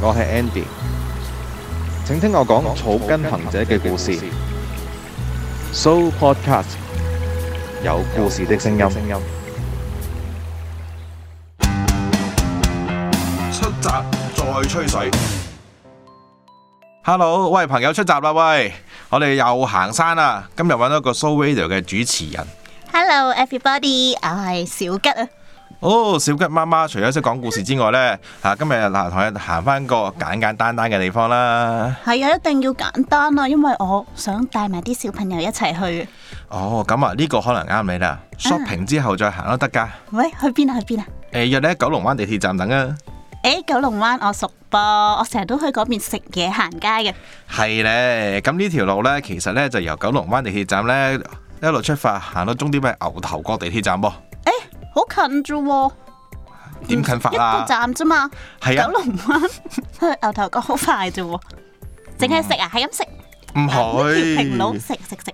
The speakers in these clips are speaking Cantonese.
我係 Andy，請聽我講草根行者嘅故事。So Podcast 有故事的聲音。出閘再吹水。Hello，喂，朋友出閘啦，喂，我哋又行山啦。今日揾到個 So Radio 嘅主持人， Hello everybody，我係小吉啊，哦，小吉媽媽除咗識講故事之外呢，嚇、今日嗱同佢行翻個簡簡單單嘅地方啦。係啊，一定要簡單啊，因為我想帶埋啲小朋友一齊去。哦，咁啊，呢、個可能啱你啦。shopping 之後再行都得㗎。喂，去邊啊？去邊啊？誒、約你喺九龍灣地鐵站等啊。誒，九龍灣我熟噃，我成日都去嗰邊食嘢行街嘅。係咧，咁呢條路呢，其實呢就由九龍灣地鐵站呢一路出發，行到終點係牛頭角地鐵站噃。好近啫喎，點近法一個啊？站啫嘛。係啊九。龍灣 去牛頭角好快啫喎，淨係食啊，係咁食。嗯唔一條平係，佬食食食，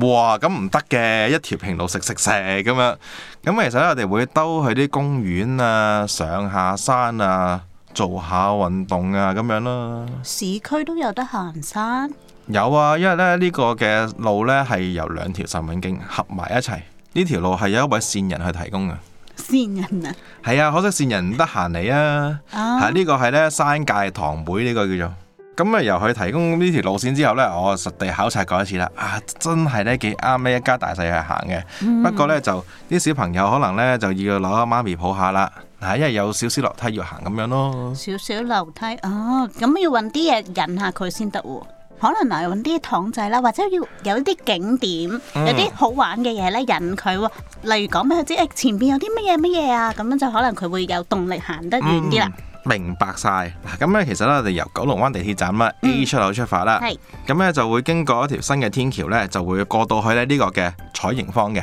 哇咁唔得嘅，一條平路食食食咁樣。咁其實咧，我哋會兜去啲公園啊，上下山啊，做下運動啊，咁樣啦。市區都有得行山。有啊，因為咧呢、個嘅路呢係由兩條神韻徑合埋一齊，呢條路係有一位線人去提供嘅。善人啊，係啊，可惜線人唔得閒嚟啊。啊係呢個係咧山界堂妹呢個叫做。咁啊，由佢提供呢條路線之後呢，我實地考察過一次啦。啊，真係呢幾啱呢一家大細去行嘅。不過呢，就啲小朋友可能呢就要攞阿媽咪抱下啦，啊，因為有少少樓梯要行咁樣咯。少少樓梯哦，咁要揾啲嘢引下佢先得喎。可能啊，揾啲糖仔啦，或者要有啲景點，有啲好玩嘅嘢咧引佢喎。例如講俾佢知，誒前邊有啲乜嘢乜嘢啊，咁樣就可能佢會有動力行得遠 Ừ. 啲啦。嗯明白晒。嗱，咁呢，其實呢，我哋由九龍灣地鐵站啦 A 出口出發啦，嗯係咁呢就會經過一條新嘅天橋呢，就會過到去咧呢個嘅彩盈坊嘅。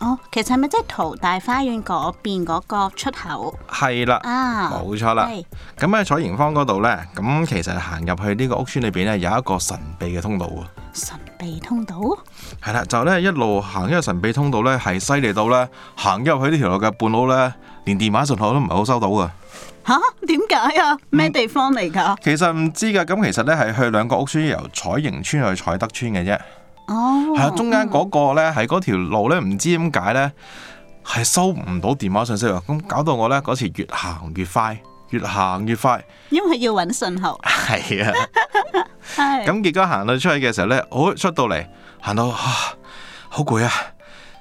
哦，其實係咪即係淘大花園嗰邊嗰個出口係啦，啊？冇錯啦。係咁喺彩盈坊嗰度呢，咁其實行入去呢個屋村裏邊呢，有一個神秘嘅通道喎。神秘通道，係啦，就呢一路行一個神秘通道呢，係犀利到呢，行入去呢條路嘅半路呢，連電話信號都唔係好收到啊㗎。吓？點解啊？咩地方嚟㗎？其實唔知㗎，咁其實呢，係去兩個屋村，由彩盈村去彩德村嘅啫。係啊，哦，中間嗰個呢，係嗰條路呢，唔知點解呢，係收唔到電話信息喎。咁搞到我呢，嗰次越行越快，越行越快。因為要揾信號，係啊。係咁結果行到出去嘅時候呢，我出到嚟行到啊好攰啊！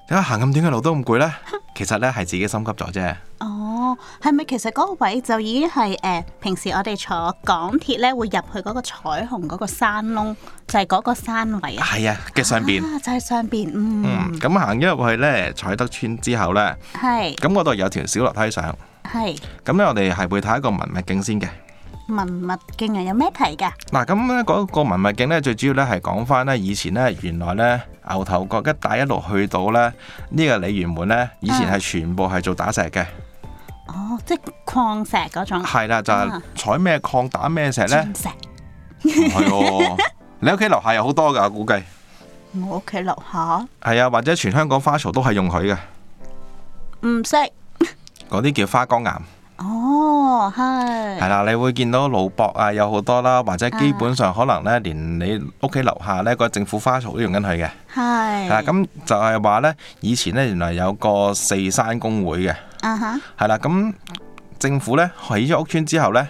點解行咁短嘅路 都咁攰呢？ 其實呢係自己心急咗啫。哦，係咪其實嗰個位就已經係誒、呃平時我哋坐港鐵咧會入去嗰個彩虹嗰個山窿，就係、嗰個山位啊？係啊，嘅上邊。啊，就係、上邊，嗯，嗯，咁行咗入去呢，彩德村之後呢，係咁嗰度有條小樓梯上，係咁呢，我哋係會睇一個文物徑先嘅。文物徑啊，有咩題㗎？嗱，咁呢嗰個文物徑呢，最主要呢係講翻呢以前呢，原來呢牛頭角一帶一路去到呢，呢個鯉魚門呢，以前係全部係做打石嘅，哦，即係礦石嗰種係啦，就係啊採咩礦打咩石 呢。鑽石。係喎，你屋企樓下有好多㗎，估計我屋企樓下係啊，或者全香港花槽都係用佢嘅，唔識。嗰啲叫花崗岩哦，係係啦。你會見到老博啊，有好多啦，或者基本上可能呢，連你屋企樓下呢個政府花槽都用緊佢嘅。係啦，係。咁就係話呢，以前呢，原來有個四山公會嘅，啊哈，係啦。咁政府呢，起咗屋村之後呢，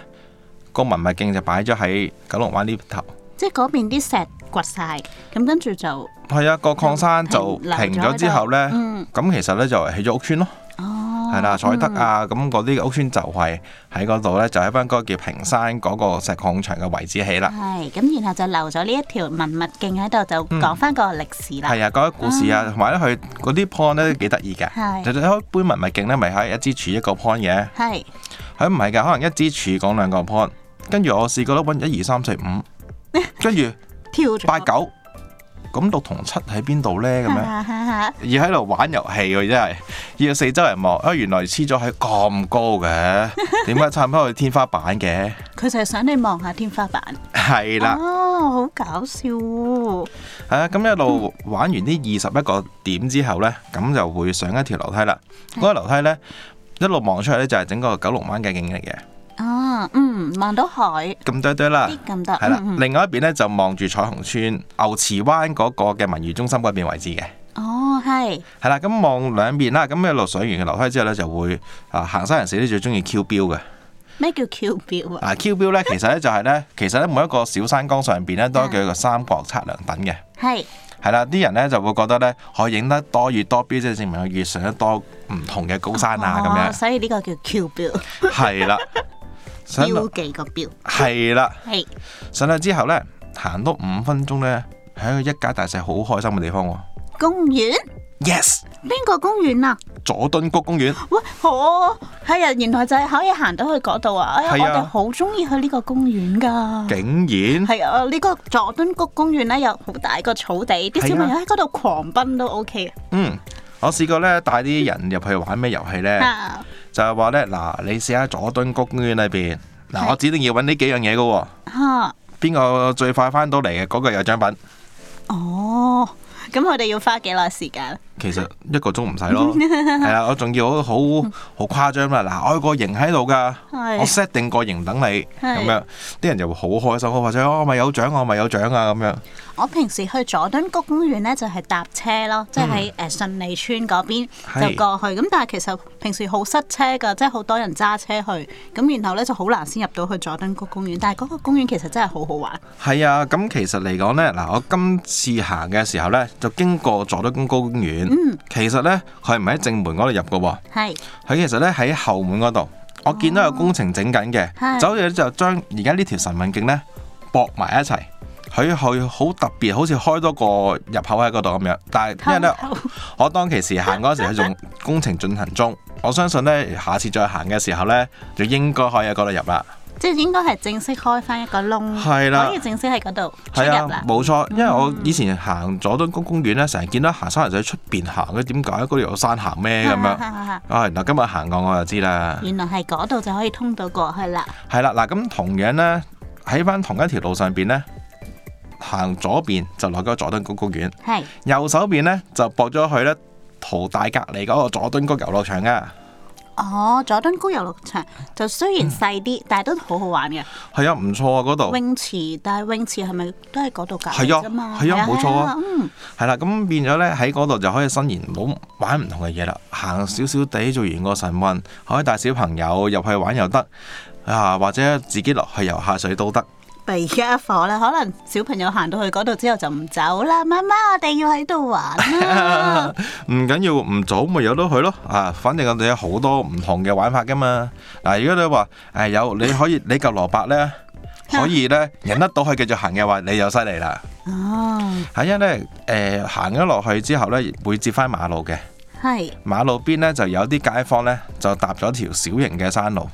個文物徑就擺咗喺九龍灣呢頭。即係嗰邊啲石掘晒，咁跟住就係啊，個礦山就停留咗停咗之後呢，嗯咁其實呢，就起咗屋村咯。哦，係啦，彩德啊，咁嗰啲屋村就係喺嗰度呢，就喺翻嗰個叫屏山嗰個石礦場嘅位置起啦。係，咁然後就留咗呢一條文物徑喺度，就講翻個歷史啦。係啊，嗰啲故事啊，嗯同埋咧佢嗰啲 point 咧幾得意嘅，係就一杯文物徑呢咪係一支柱一個 point 嘅，係佢唔係㗎，可能一支柱講兩個 point，跟住我試過咧揾一二三四五， 跟住跳咗八九，咁六同七喺邊度呢？咁 樣？哈哈哈而喺度玩遊戲喎，真係要四周人望，啊原來黐咗喺咁高嘅，點解差唔多去天花板嘅？ 佢就係想你望下天花板。係啦。哦，好搞笑喎！係啊，咁一路玩完呢二十一個點之後呢，咁就會上一條樓梯啦。嗰、個樓梯呢，一路望出去呢，就係整個九龍灣嘅景嚟嘅。啊啊，嗯，望到海咁多堆啦啲。咁多，係啦，嗯，另外一邊咧就望住彩虹村牛池灣嗰個嘅文娛中心嗰邊為止嘅，哦，係，係啦，咁望兩邊啊啦，咁一路上完嘅樓梯之後咧就會啊行山人士咧最中意 Q 標嘅，咩叫 Q 標啊？啊 Q 標咧其實咧就係咧，其實咧每一個小山崗上邊咧都有佢個三角測量等嘅，係，係啦，啲人咧就會覺得咧可以影得多越多標，即係證明佢越上得多唔同嘅高山啊咁哦樣，所以呢個叫 Q 標，係啦，上到標記個標，係啦。係，上嚟之後呢，行多五分鐘呢，係一個一家大細好開心嘅地方喎。公園， Yes，邊個公園啊？佐敦谷公園喂，我係啊，原來就係可以行到去嗰度啊！哎呀，係我啊哋好中意去呢個公園噶。竟然係啊，呢個佐敦谷公園咧有好大個草地，啲係啊小朋友喺嗰度狂奔都 OK 嗯，我試過呢，帶啲人入去玩咩遊戲嘅。呢？啊，就係話呢，嗱，你試下佐敦谷公園裏邊，嗱，係我指定要揾呢幾樣嘢嘅喎，嚇，邊個最快翻到嚟嘅嗰個有獎品。哦，咁佢哋要花幾耐時間？其實一個鐘唔使咯， 係啊，我仲要好好好誇張啦！嗱，我有個型喺度㗎，係我 set 定個型等你咁係樣，啲人就會好開心，好開心，我咪有獎，我咪有獎啊咁樣。我平時去佐敦谷公園咧就係搭車咯，即係喺誒順利村嗰邊嗯係就過去。咁但係其實平時好塞車㗎，即係好多人揸車去，咁然後咧就好難先入到去佐敦谷公園。但係嗰個公園其實真係好好玩。係啊，咁其實嚟講呢，嗱，我今次行嘅時候呢，就經過佐敦公公園。嗯其實呢，佢唔係喺正門嗰度入嘅喎，係佢其實呢喺後門嗰度。我見到有工程整緊嘅，哦係就好似就將而家呢條神運徑呢駁埋一齊。佢佢好特別，好似開多個入口喺嗰度咁樣。但係因為呢，偷偷我當其時行嗰陣時，佢仲工程進行中。我相信呢，下次再行嘅時候呢，就應該可以喺嗰度入啦。即係應該係正式開翻一個窿，係啦可以正式喺嗰度出入係啊啦，。嗯冇錯，因為我以前行佐敦谷公園咧，成日見到行山人仔喺出邊行嘅，點解嗰度有山行咩咁樣？樣。啊，嗱，今日行過我就知啦。原來係嗰度就可以通到過去啦。係啦，嗱，咁同樣咧，喺翻同一條路上邊咧，行左邊就落咗佐敦谷公園，係右手邊咧就駁咗去咧淘大隔離嗰個佐敦谷遊樂場啊。哦，佐敦高遊樂場就雖然細啲，嗯但係都好好玩嘅。係啊，唔錯啊，嗰度。泳池，但係泳池係咪都係嗰度隔係啊離啫嘛？係啊冇錯啊係嗯，係啦，咁變咗呢，喺嗰度就可以伸延到玩唔同嘅嘢啦，行少少地做完個晨運，可以帶小朋友入去玩又得，啊或者自己落去游下水都得。避一火啦，可能小朋友行到去嗰度之後就唔走啦。媽媽，我哋要喺度玩 啦。唔緊要，唔早咪由得去咯。啊，反正我哋有好多唔同嘅玩法噶嘛。嗱、如果你話誒、唉有你可以你嚿蘿蔔呢，可以呢，忍得到去繼續行嘅話，你就犀利啦。哦，係因為呢，誒行咗落去之後呢，會接翻馬路嘅。係馬路邊呢，就有啲街坊呢，就搭咗條小型嘅山路。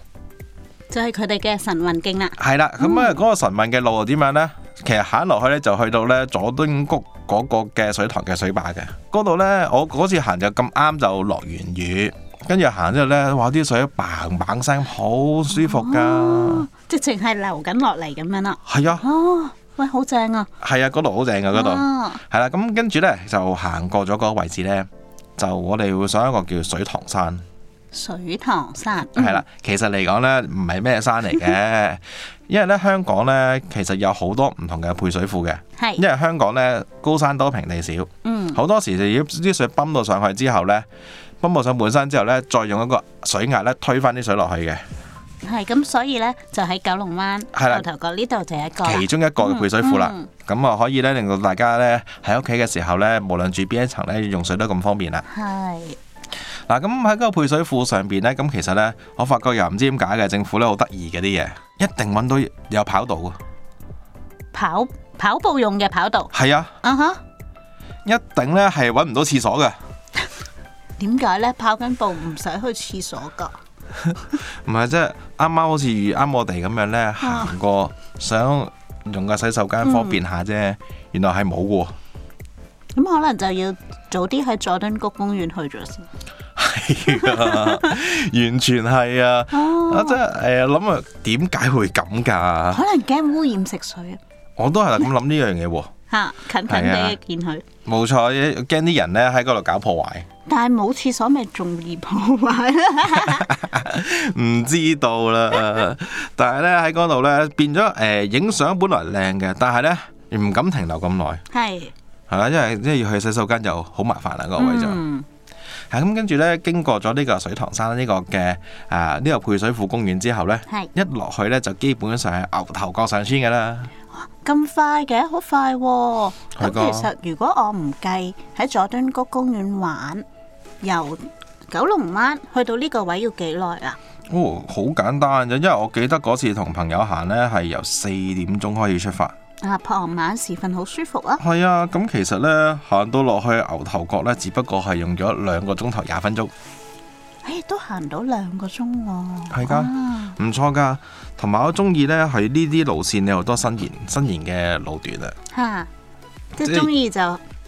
就係佢哋嘅神運徑啦。係啦，咁啊嗰個神問嘅路又點樣呢？其實行落去呢，就去到呢佐敦谷嗰個嘅水塘嘅水壩嘅嗰度呢，我嗰次行就咁啱就落完雨，跟住行之後呢，哇啲水嘭嘭聲，好舒服噶哦。，直情係流緊落嚟咁樣啦。係啊，哦，喂，好正啊！係啊，嗰度好正噶嗰度。哦係啦，咁跟住呢，就行過咗嗰個位置呢，就我哋會上一個叫水塘山。水塘山係啦，其實嚟講呢，唔係咩山嚟嘅，因為呢，香港呢，其實有好多唔同嘅配水庫嘅。因係，為香港咧高山多平地少，嗯，好多時就要啲水泵到上去之後咧，泵到上半山之後咧，再用一個水壓咧推翻啲水落去嘅。係咁，所以咧就喺九龍灣係啦牛頭角呢度就有一個啦其中一個嘅配水庫啦哦嗯，咁啊可以咧令到大家咧喺屋企嘅時候咧，無論住邊一層咧用水都咁方便啦。係嗱，咁喺嗰個配水庫上邊咧，咁其實咧我發覺又唔知點解嘅政府咧好得意嘅啲嘢，一定揾到有跑道嗯嘅，跑跑步用嘅跑道係啊，啊哈？一定咧係揾唔到廁所嘅，點解咧？跑緊步唔使去廁所㗎？唔係即係啱啱好似遇啱我哋咁樣咧，行過想用個洗手間方便下啫，原來係冇嘅喎。咁可能就要早啲喺佐敦谷公園去咗啊先。係啊， 完全係啊！啊，哦，即係誒諗啊，點解會咁㗎？可能驚污染食水啊？我都係咁諗呢樣嘢喎。嚇近近係啊地見佢，冇錯，驚啲人咧喺嗰度搞破壞。但係冇廁所咪仲易破 壞啦。唔知道啦，但係咧喺嗰度咧變咗誒影相本來靚嘅，但係咧唔敢停留咁耐，係，係啦，因為因為要去洗手間就好麻煩啦，嗰個位就係嗯，咁跟住咧經過咗呢個水塘山呢個嘅啊呢個配水庫公園之後咧，係一落去咧就基本上係牛頭角上村嘅啦，咁快嘅，好快喎。係咁㗎其實如果我唔計喺佐敦谷公園玩，由九龍灣去到呢個位要幾耐啊？哦好簡單啫，因為我記得嗰次同朋友行咧係由四點鐘開始出發。啊，傍晚時分好舒服啊！係啊，咁其實呢，行到落去牛頭角呢，只不過係用咗兩個鐘頭廿分鐘，唉、都行到兩個鐘喎。係㗎啊唔錯噶。同埋我中意呢，係呢啲路線有好多新延新延嘅路段啊。嚇，即即係係中意就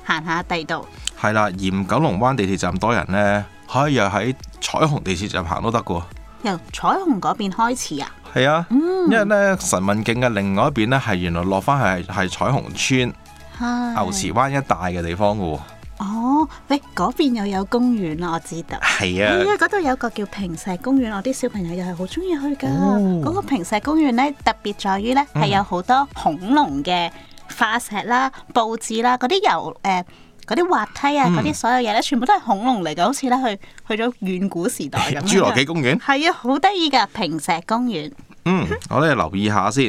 行下地道。係啦，沿九龍灣地鐵站多人呢，可以又喺彩虹地鐵站行都得噶。由彩虹嗰邊開始啊，係啊，因為呢，神運徑嘅另外一邊呢，係原來落翻係係彩虹村係牛池灣一帶嘅地方噶喎。哦，喂，嗰邊又有公園啊啦，我知道。係係啊，啊，嗰度有個叫平石公園，我啲小朋友又係好中意去㗎。哦嗯嗰、個平石公園呢，特別在於呢係有好多恐龍嘅化石啦、佈置啦、嗰啲遊誒。呃嗰啲滑嗯梯啊，嗰啲所有嘢咧，全部都係恐龍嚟嘅，好似咧去去咗遠古時代哎咁樣。 侏羅紀公園。係啊，好得意㗎，平石公園。嗯，我哋留意下先，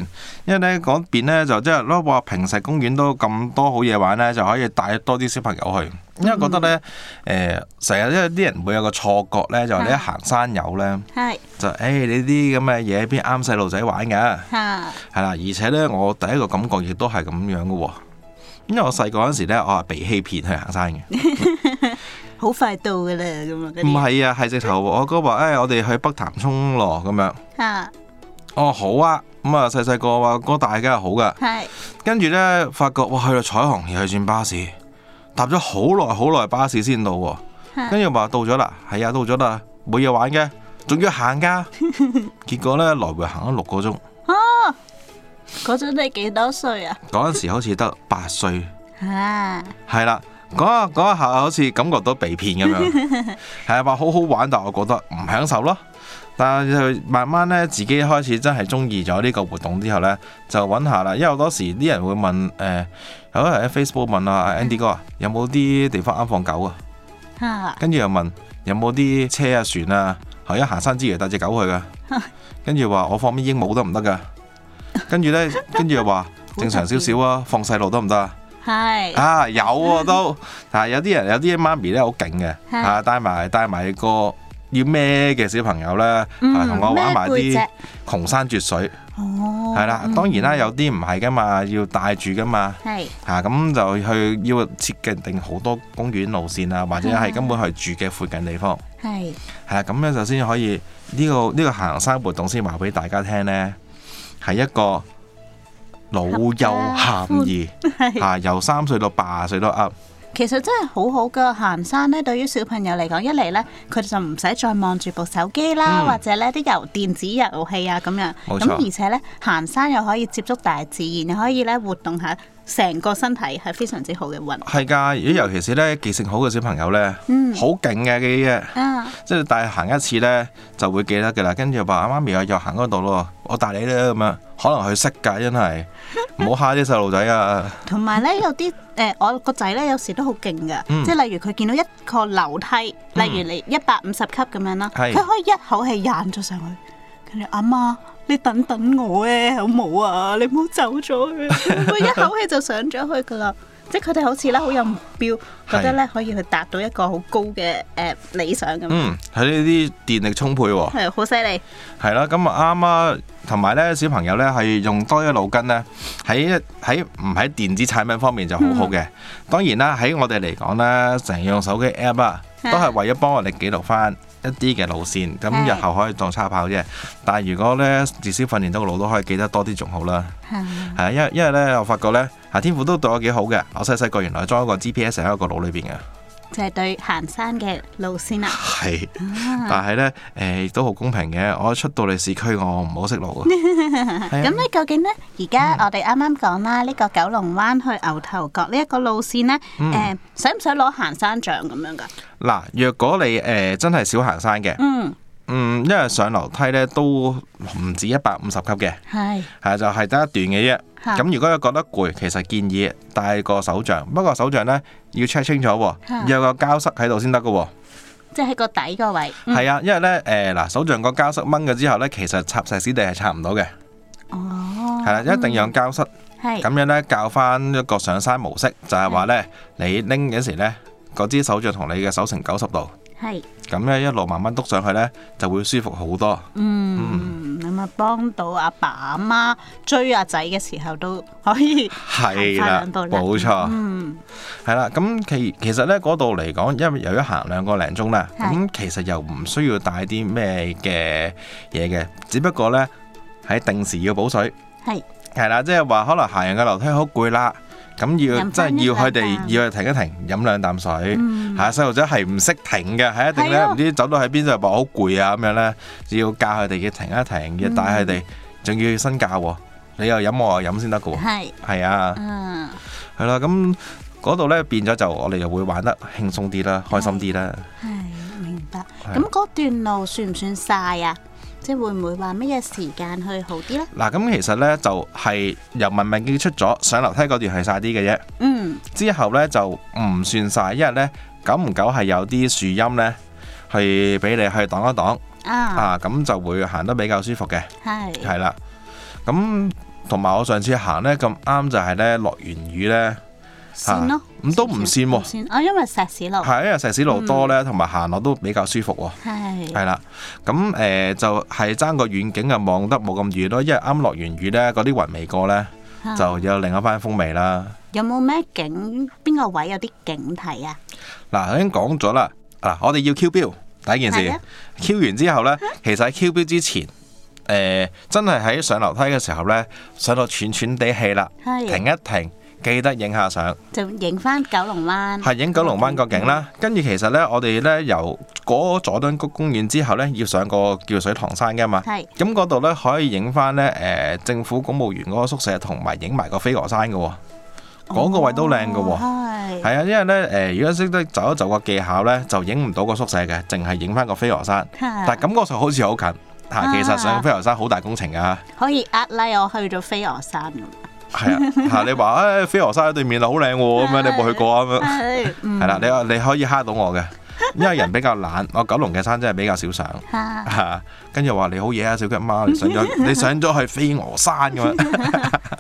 因為咧嗰邊咧就即係咯，哇！平石公園都咁多好嘢玩咧，就可以帶多啲小朋友去，因為覺得咧，誒、成日因為啲人會有個錯覺咧，就話你一嗯啊行山友咧，係就誒、哎你啲咁嘅嘢邊啱細路仔玩㗎，係嚇，啦，而且咧我第一個感覺亦都係咁樣嘅喎，因為我細個嗰陣時咧，我係被欺騙去行山嘅。好快到㗎啦，咁啊嗰唔啲係啊，係直頭我哥話誒、哎我哋去北潭涌咯咁樣，嚇，哦好啊，咁啊細細個話哥大梗係好㗎。係跟住呢，發覺哇，去到彩虹又去轉巴士，搭咗好耐好耐巴士先到喎。係跟住話到咗啦，係啊，到咗啦，冇嘢玩嘅，仲要行噶。結果呢，來回行咗六個鐘，嗰陣你幾多歲啊？嗰陣時好似得八歲，啊，係啦。嗰下嗰一下好似感覺到被騙咁樣，係啊話好好玩，但我覺得唔享受咯。但係就慢慢呢，自己開始真係中意咗呢個活動之後呢，就揾下啦。因為好多時啲人會問誒、呃有啲人喺 Facebook 問啊 Andy 哥啊，有冇啲地方啱放狗啊？嚇，跟住又問有冇啲車啊、船啊，係啊，行山之餘帶只狗去噶。跟住話我放咩鸚鵡得唔得噶？跟住呢，跟住又話好正常少少啊，放細路得唔得啊？係啊，有喎、都，但係有啲人有啲媽咪咧好勁嘅，係啊帶埋帶埋個要孭嘅小朋友咧，啊同、嗯我玩埋孭背脊啲窮山絕水，哦，係啦、當然啦，有啲唔係噶嘛，要帶住噶嘛。係嚇咁、就去要設計定好多公園路線啊，或者係根本係住嘅附近地方，係係啦，咁咧就先可以呢、個呢、個行山活動先話俾大家聽呢，係一個老幼咸 宜係，啊，由三歲到八歲都噏。其實真係好好噶行山咧，對於小朋友嚟講，一嚟咧佢哋就唔使再望住部手機啦，嗯或者咧啲遊電子遊戲啊咁樣，冇咁錯而且咧行山又可以接觸大自然，又可以咧活動下成個身體，係非常之好嘅運動係㗎，如果尤其是咧記性好嘅小朋友咧，嗯好勁嘅記憶，啊，即係但係行一次咧就會記得㗎啦。跟住話媽咪又又行嗰度咯，我帶你啦咁樣，可能佢識㗎，真係唔好蝦啲細路仔啊！同埋咧，有啲誒、呃我個仔咧有時都好勁噶，嗯即係例如佢見到一個樓梯，例如你一百五十級咁樣啦，係佢可以一口氣掗咗上去，跟住阿媽，你等等我咧，好冇啊？你唔好走咗 佢，佢一口氣就上咗去噶啦。即係佢哋好似咧好有目標，覺得咧可以去達到一個好高嘅誒、呃理想咁，嗯，佢呢啲電力充沛喎，係好犀利，係啦，咁啊啱啊，同埋咧小朋友咧係用多一腦筋咧，喺喺唔喺電子產品方面就好好嘅。當然啦，喺我哋嚟講咧，成日用手機 app 啊，都係為咗幫我哋記錄翻一啲嘅路線，咁係日後可以當參考啫。但係如果咧至少訓練到個腦都可以記得多啲仲好啦。係啊，因為因為咧我發覺咧，啊天父都對我幾好嘅，我細細個原來裝一個 GPS 喺我個腦裏邊嘅。就係對行山嘅路線啦。係，啊但係呢，誒亦都好公平嘅。我一出到嚟市區，我唔好識路啊。咁咧，究竟咧，而家嗯我哋啱啱講啦，呢、個九龍灣去牛頭角呢一個路線咧，誒、嗯使唔使攞行山杖咁樣噶？嗱，若果你誒、呃真係少行山嘅，嗯，嗯，因為上樓梯咧都唔止一百五十級嘅，係，係就係得一段嘅啫。嚇咁如果你覺得攰，其實建議帶個手杖，不過手杖呢，要 check 清楚喎，嚇要有個膠塞喺度先得嘅喎。即係喺個底個位。嗯係啊，因為呢，誒嗱，手杖個膠塞掹咗之後呢，其實插石屎地係插唔到嘅，哦，係啦，一定要有膠塞。係咁樣呢，教翻一個上山模式，就係話呢，你拎嗰時呢，嗰支手杖同你嘅手成九十度，係，咁呢一路慢慢篤上去呢，就會舒服好多。嗯，咁啊幫到阿爸阿媽追阿仔嘅時候都 可以係啦，行快兩步啦冇錯。嗯，係啦，咁其其實咧嗰度嚟講，因為由於行兩個零鐘啦，係咁其實又唔需要帶啲咩嘅嘢嘅，只不過呢，喺定時要補水，係係啦，即係話可能行人嘅樓梯好攰啦，咁要飲即返係一要佢哋兩啖要佢停一停，飲兩啖水。嗯嚇細路仔係唔識停嘅，係一定係咧啊唔知走到喺邊就話好攰啊咁樣咧，要教佢哋要停一停，要帶佢哋，嗯仲要身教喎，你又飲我又飲先得嘅喎，係，係啊。嗯，係啦，咁嗰度咧變咗就我哋就會玩得輕鬆啲啦，開心啲啦。係明白。係咁嗰段路算唔算晒啊？即係會唔會話乜嘢時間去好啲咧？嗱，咁其實咧就係、由文文記出咗上樓梯嗰段係晒啲嘅啫，嗯，之後咧就唔算晒，因為咧久唔久係有啲樹蔭咧係俾你去擋一擋啊，啊，咁就會行得比較舒服嘅，係，係啦。咁同埋我上次行咧咁啱就係咧落完雨咧，線咯，啊咁都唔跣喎啊線哦，因嗯為石屎路，係因為石屎路多咧，同埋行落都比較舒服喎。係，係啦，咁誒、呃就係爭個遠景啊，望得冇咁遠咯，因為啱落完雨呢，嗰啲雲未過呢，啊就有另一番風味啦。有冇咩景？邊個位有啲景睇啊？嗱，已經講咗啦，嗱，我哋要 Q 標第一件係事啊，Q 完之後呢，其實喺 Q 標之前，誒、真係喺上樓梯嘅時候呢，上到喘喘地氣啦，停係，啊一停。記得影下相，就影翻九龍灣，係影九龍灣個景啦。跟住其實呢，我哋呢由嗰佐敦谷公園之後呢，要上個叫水塘山噶嘛。係，咁嗰度咧可以影翻咧誒政府公務員嗰個宿舍，同埋影埋個飛鵝山嘅喎，嗰個位都靚嘅喎。哦係，係啊，因為咧誒、如果識得走一走個技巧咧，就影唔到個宿舍嘅，淨係影翻個飛鵝山。但係但感覺上好似好近嚇，啊其實上飛鵝山好大工程㗎嚇。可以呃拉我去咗飛鵝山咁，係啊， 嚇你 話誒飛鵝山喺對面啊好靚喎，咁樣你有冇去過啊咁樣？係，嗯 係啦，你你可以蝦到我嘅，因為人比較懶，我九龍嘅山真係比較少上。啊嚇跟住話你好嘢啊，小腳媽，你上咗你上咗去飛鵝山咁樣。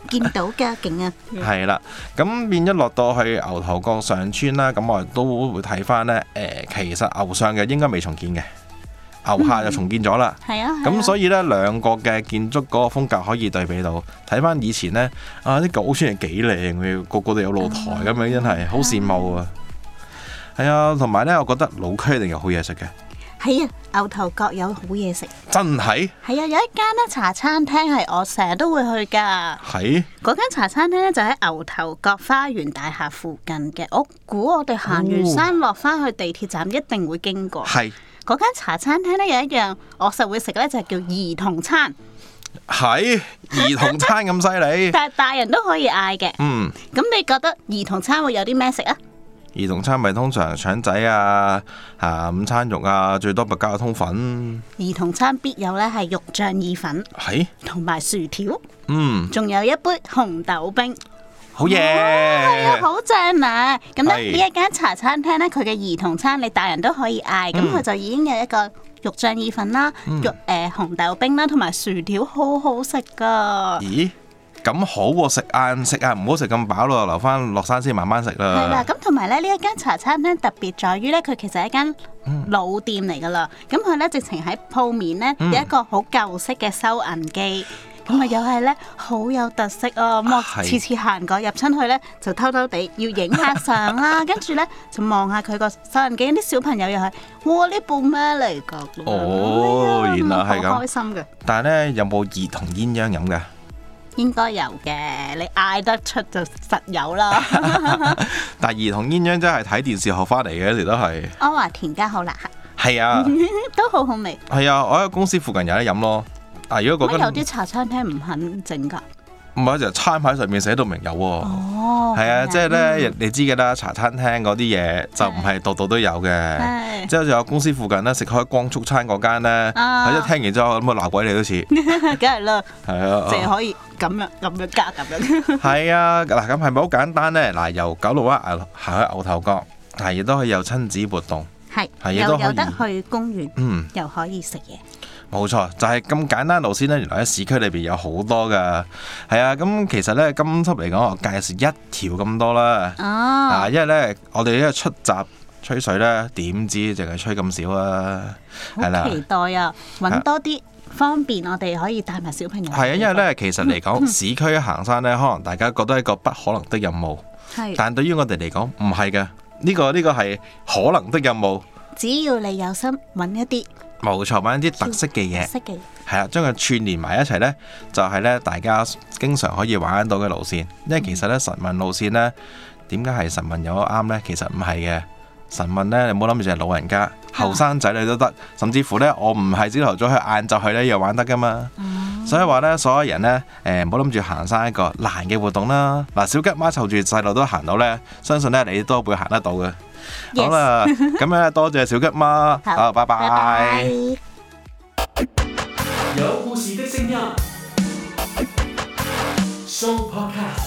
見到嘅景啊，係啦，咁變咗落到去牛頭角上村啦，咁我哋都會睇翻呢。誒、呃其實牛上嘅應該未重建嘅，牛下就重建咗啦。係啊，係啊咁、所以呢，兩個嘅建築嗰個風格可以對比到，睇翻以前呢，啊啲舊屋村係幾靚嘅，個個都有露台咁樣，真係好羨慕啊！係啊，同埋呢，我覺得老區一定有好嘢食嘅，係啊，牛頭角有好嘢食。真係係啊，有一間咧茶餐廳係我成日都會去㗎。係嗰間茶餐廳咧就喺牛頭角花園大廈附近嘅。我估我哋行完山落翻去地鐵站一定會經過。係嗰間茶餐廳咧有一樣我實會食咧就係叫兒童餐，係兒童餐咁犀利，但係大人都可以嗌嘅。嗯。咁你覺得兒童餐會有啲咩食啊？兒童餐咪通常腸仔啊、啊午餐肉啊，最多咪加個通粉，兒童餐必有咧係肉醬意粉係，同埋薯條，嗯，仲有一杯紅豆冰。好嘢，係啊，好正啊！咁咧係呢一間茶餐廳咧，佢嘅兒童餐你大人都可以嗌，嗯咁佢、就已經有一個肉醬意粉啦、肉誒、呃、紅豆冰啦，同埋薯條，好好食噶。咦，咁好喎、食晏食啊，唔好食咁飽咯，留翻落山先慢慢食係啦，啦。咁同埋咧呢一間茶餐廳特別在於咧，佢其實係一間嗯老店嚟噶啦，咁佢咧直情喺鋪面咧嗯有一個好舊式嘅收銀機。咁啊，又係咧，好有特色啊！咁我係次次行過入親去咧，就偷偷地要影下相 啦，跟住咧就望下佢個收銀機，啲小朋友又係，哇！呢部咩嚟㗎？哦哎呀原來係咁好開心嘅。但係呢，有冇兒童鴛鴦飲㗎？應該有嘅，你嗌得出就實有 啦。 但係兒童鴛鴦真係睇電視學翻嚟嘅，一直都係。安華田家好辣，係啊， 嗯都好好味。係啊，我喺公司附近有得飲咯。啊，如果乜有嗰啲間茶餐廳唔肯整㗎？唔係就餐牌上面寫到明有喎。哦，係啊，咁樣即係咧，你知嘅啦，茶餐廳嗰啲嘢就唔係度度都有嘅。係之後仲有公司附近咧食開光速餐嗰間咧，啊佢一聽完之後咁啊鬧鬼你 都似， 梗係啦，係淨係啊，可以咁樣咁樣加咁樣。係啊，嗱咁係咪好簡單咧？嗱，由九路灣行行去牛頭角，係亦都可以有親子活動，係係亦都可又以有得去公園，嗯。又可以食嘢。冇錯，就係、咁簡單路線咧。原來喺市區裏邊有好多噶，係啊。咁其實咧，今輯嚟講，我介紹一條咁多啦。啊，哦，因為咧，我哋呢個出閘吹水咧，點知淨係吹咁少啊？係啦好，期待啊！揾多啲方便，我哋可以帶埋小朋友。係啊，因為，咧，其實嚟講，市區行山咧，可能大家覺得係一個不可能的任務，係但對於我哋嚟講，唔係嘅。呢、個呢、個係可能的任務，只要你有心揾一啲冇錯，揾一啲特色嘅嘢。識嘅，係啦，將啊佢串連埋一齊呢，就係、呢大家經常可以玩到嘅路線。因為其實呢，神運路線呢，點解係神運有啱呢？其實唔係嘅。神運呢，你唔好諗住係老人家，後生仔女都得，甚至乎呢，我唔係朝頭早去，晏晝去呢，又玩得噶嘛。所以話呢，所有人呢，誒唔好諗住行山一個難嘅活動啦。嗱，小吉媽湊住細路都行到呢，相信呢，你都會行得到嘅。好 Yes 啦，咁咧多謝小吉媽， 好好，拜拜拜拜。。有故事的聲音，Show Podcast。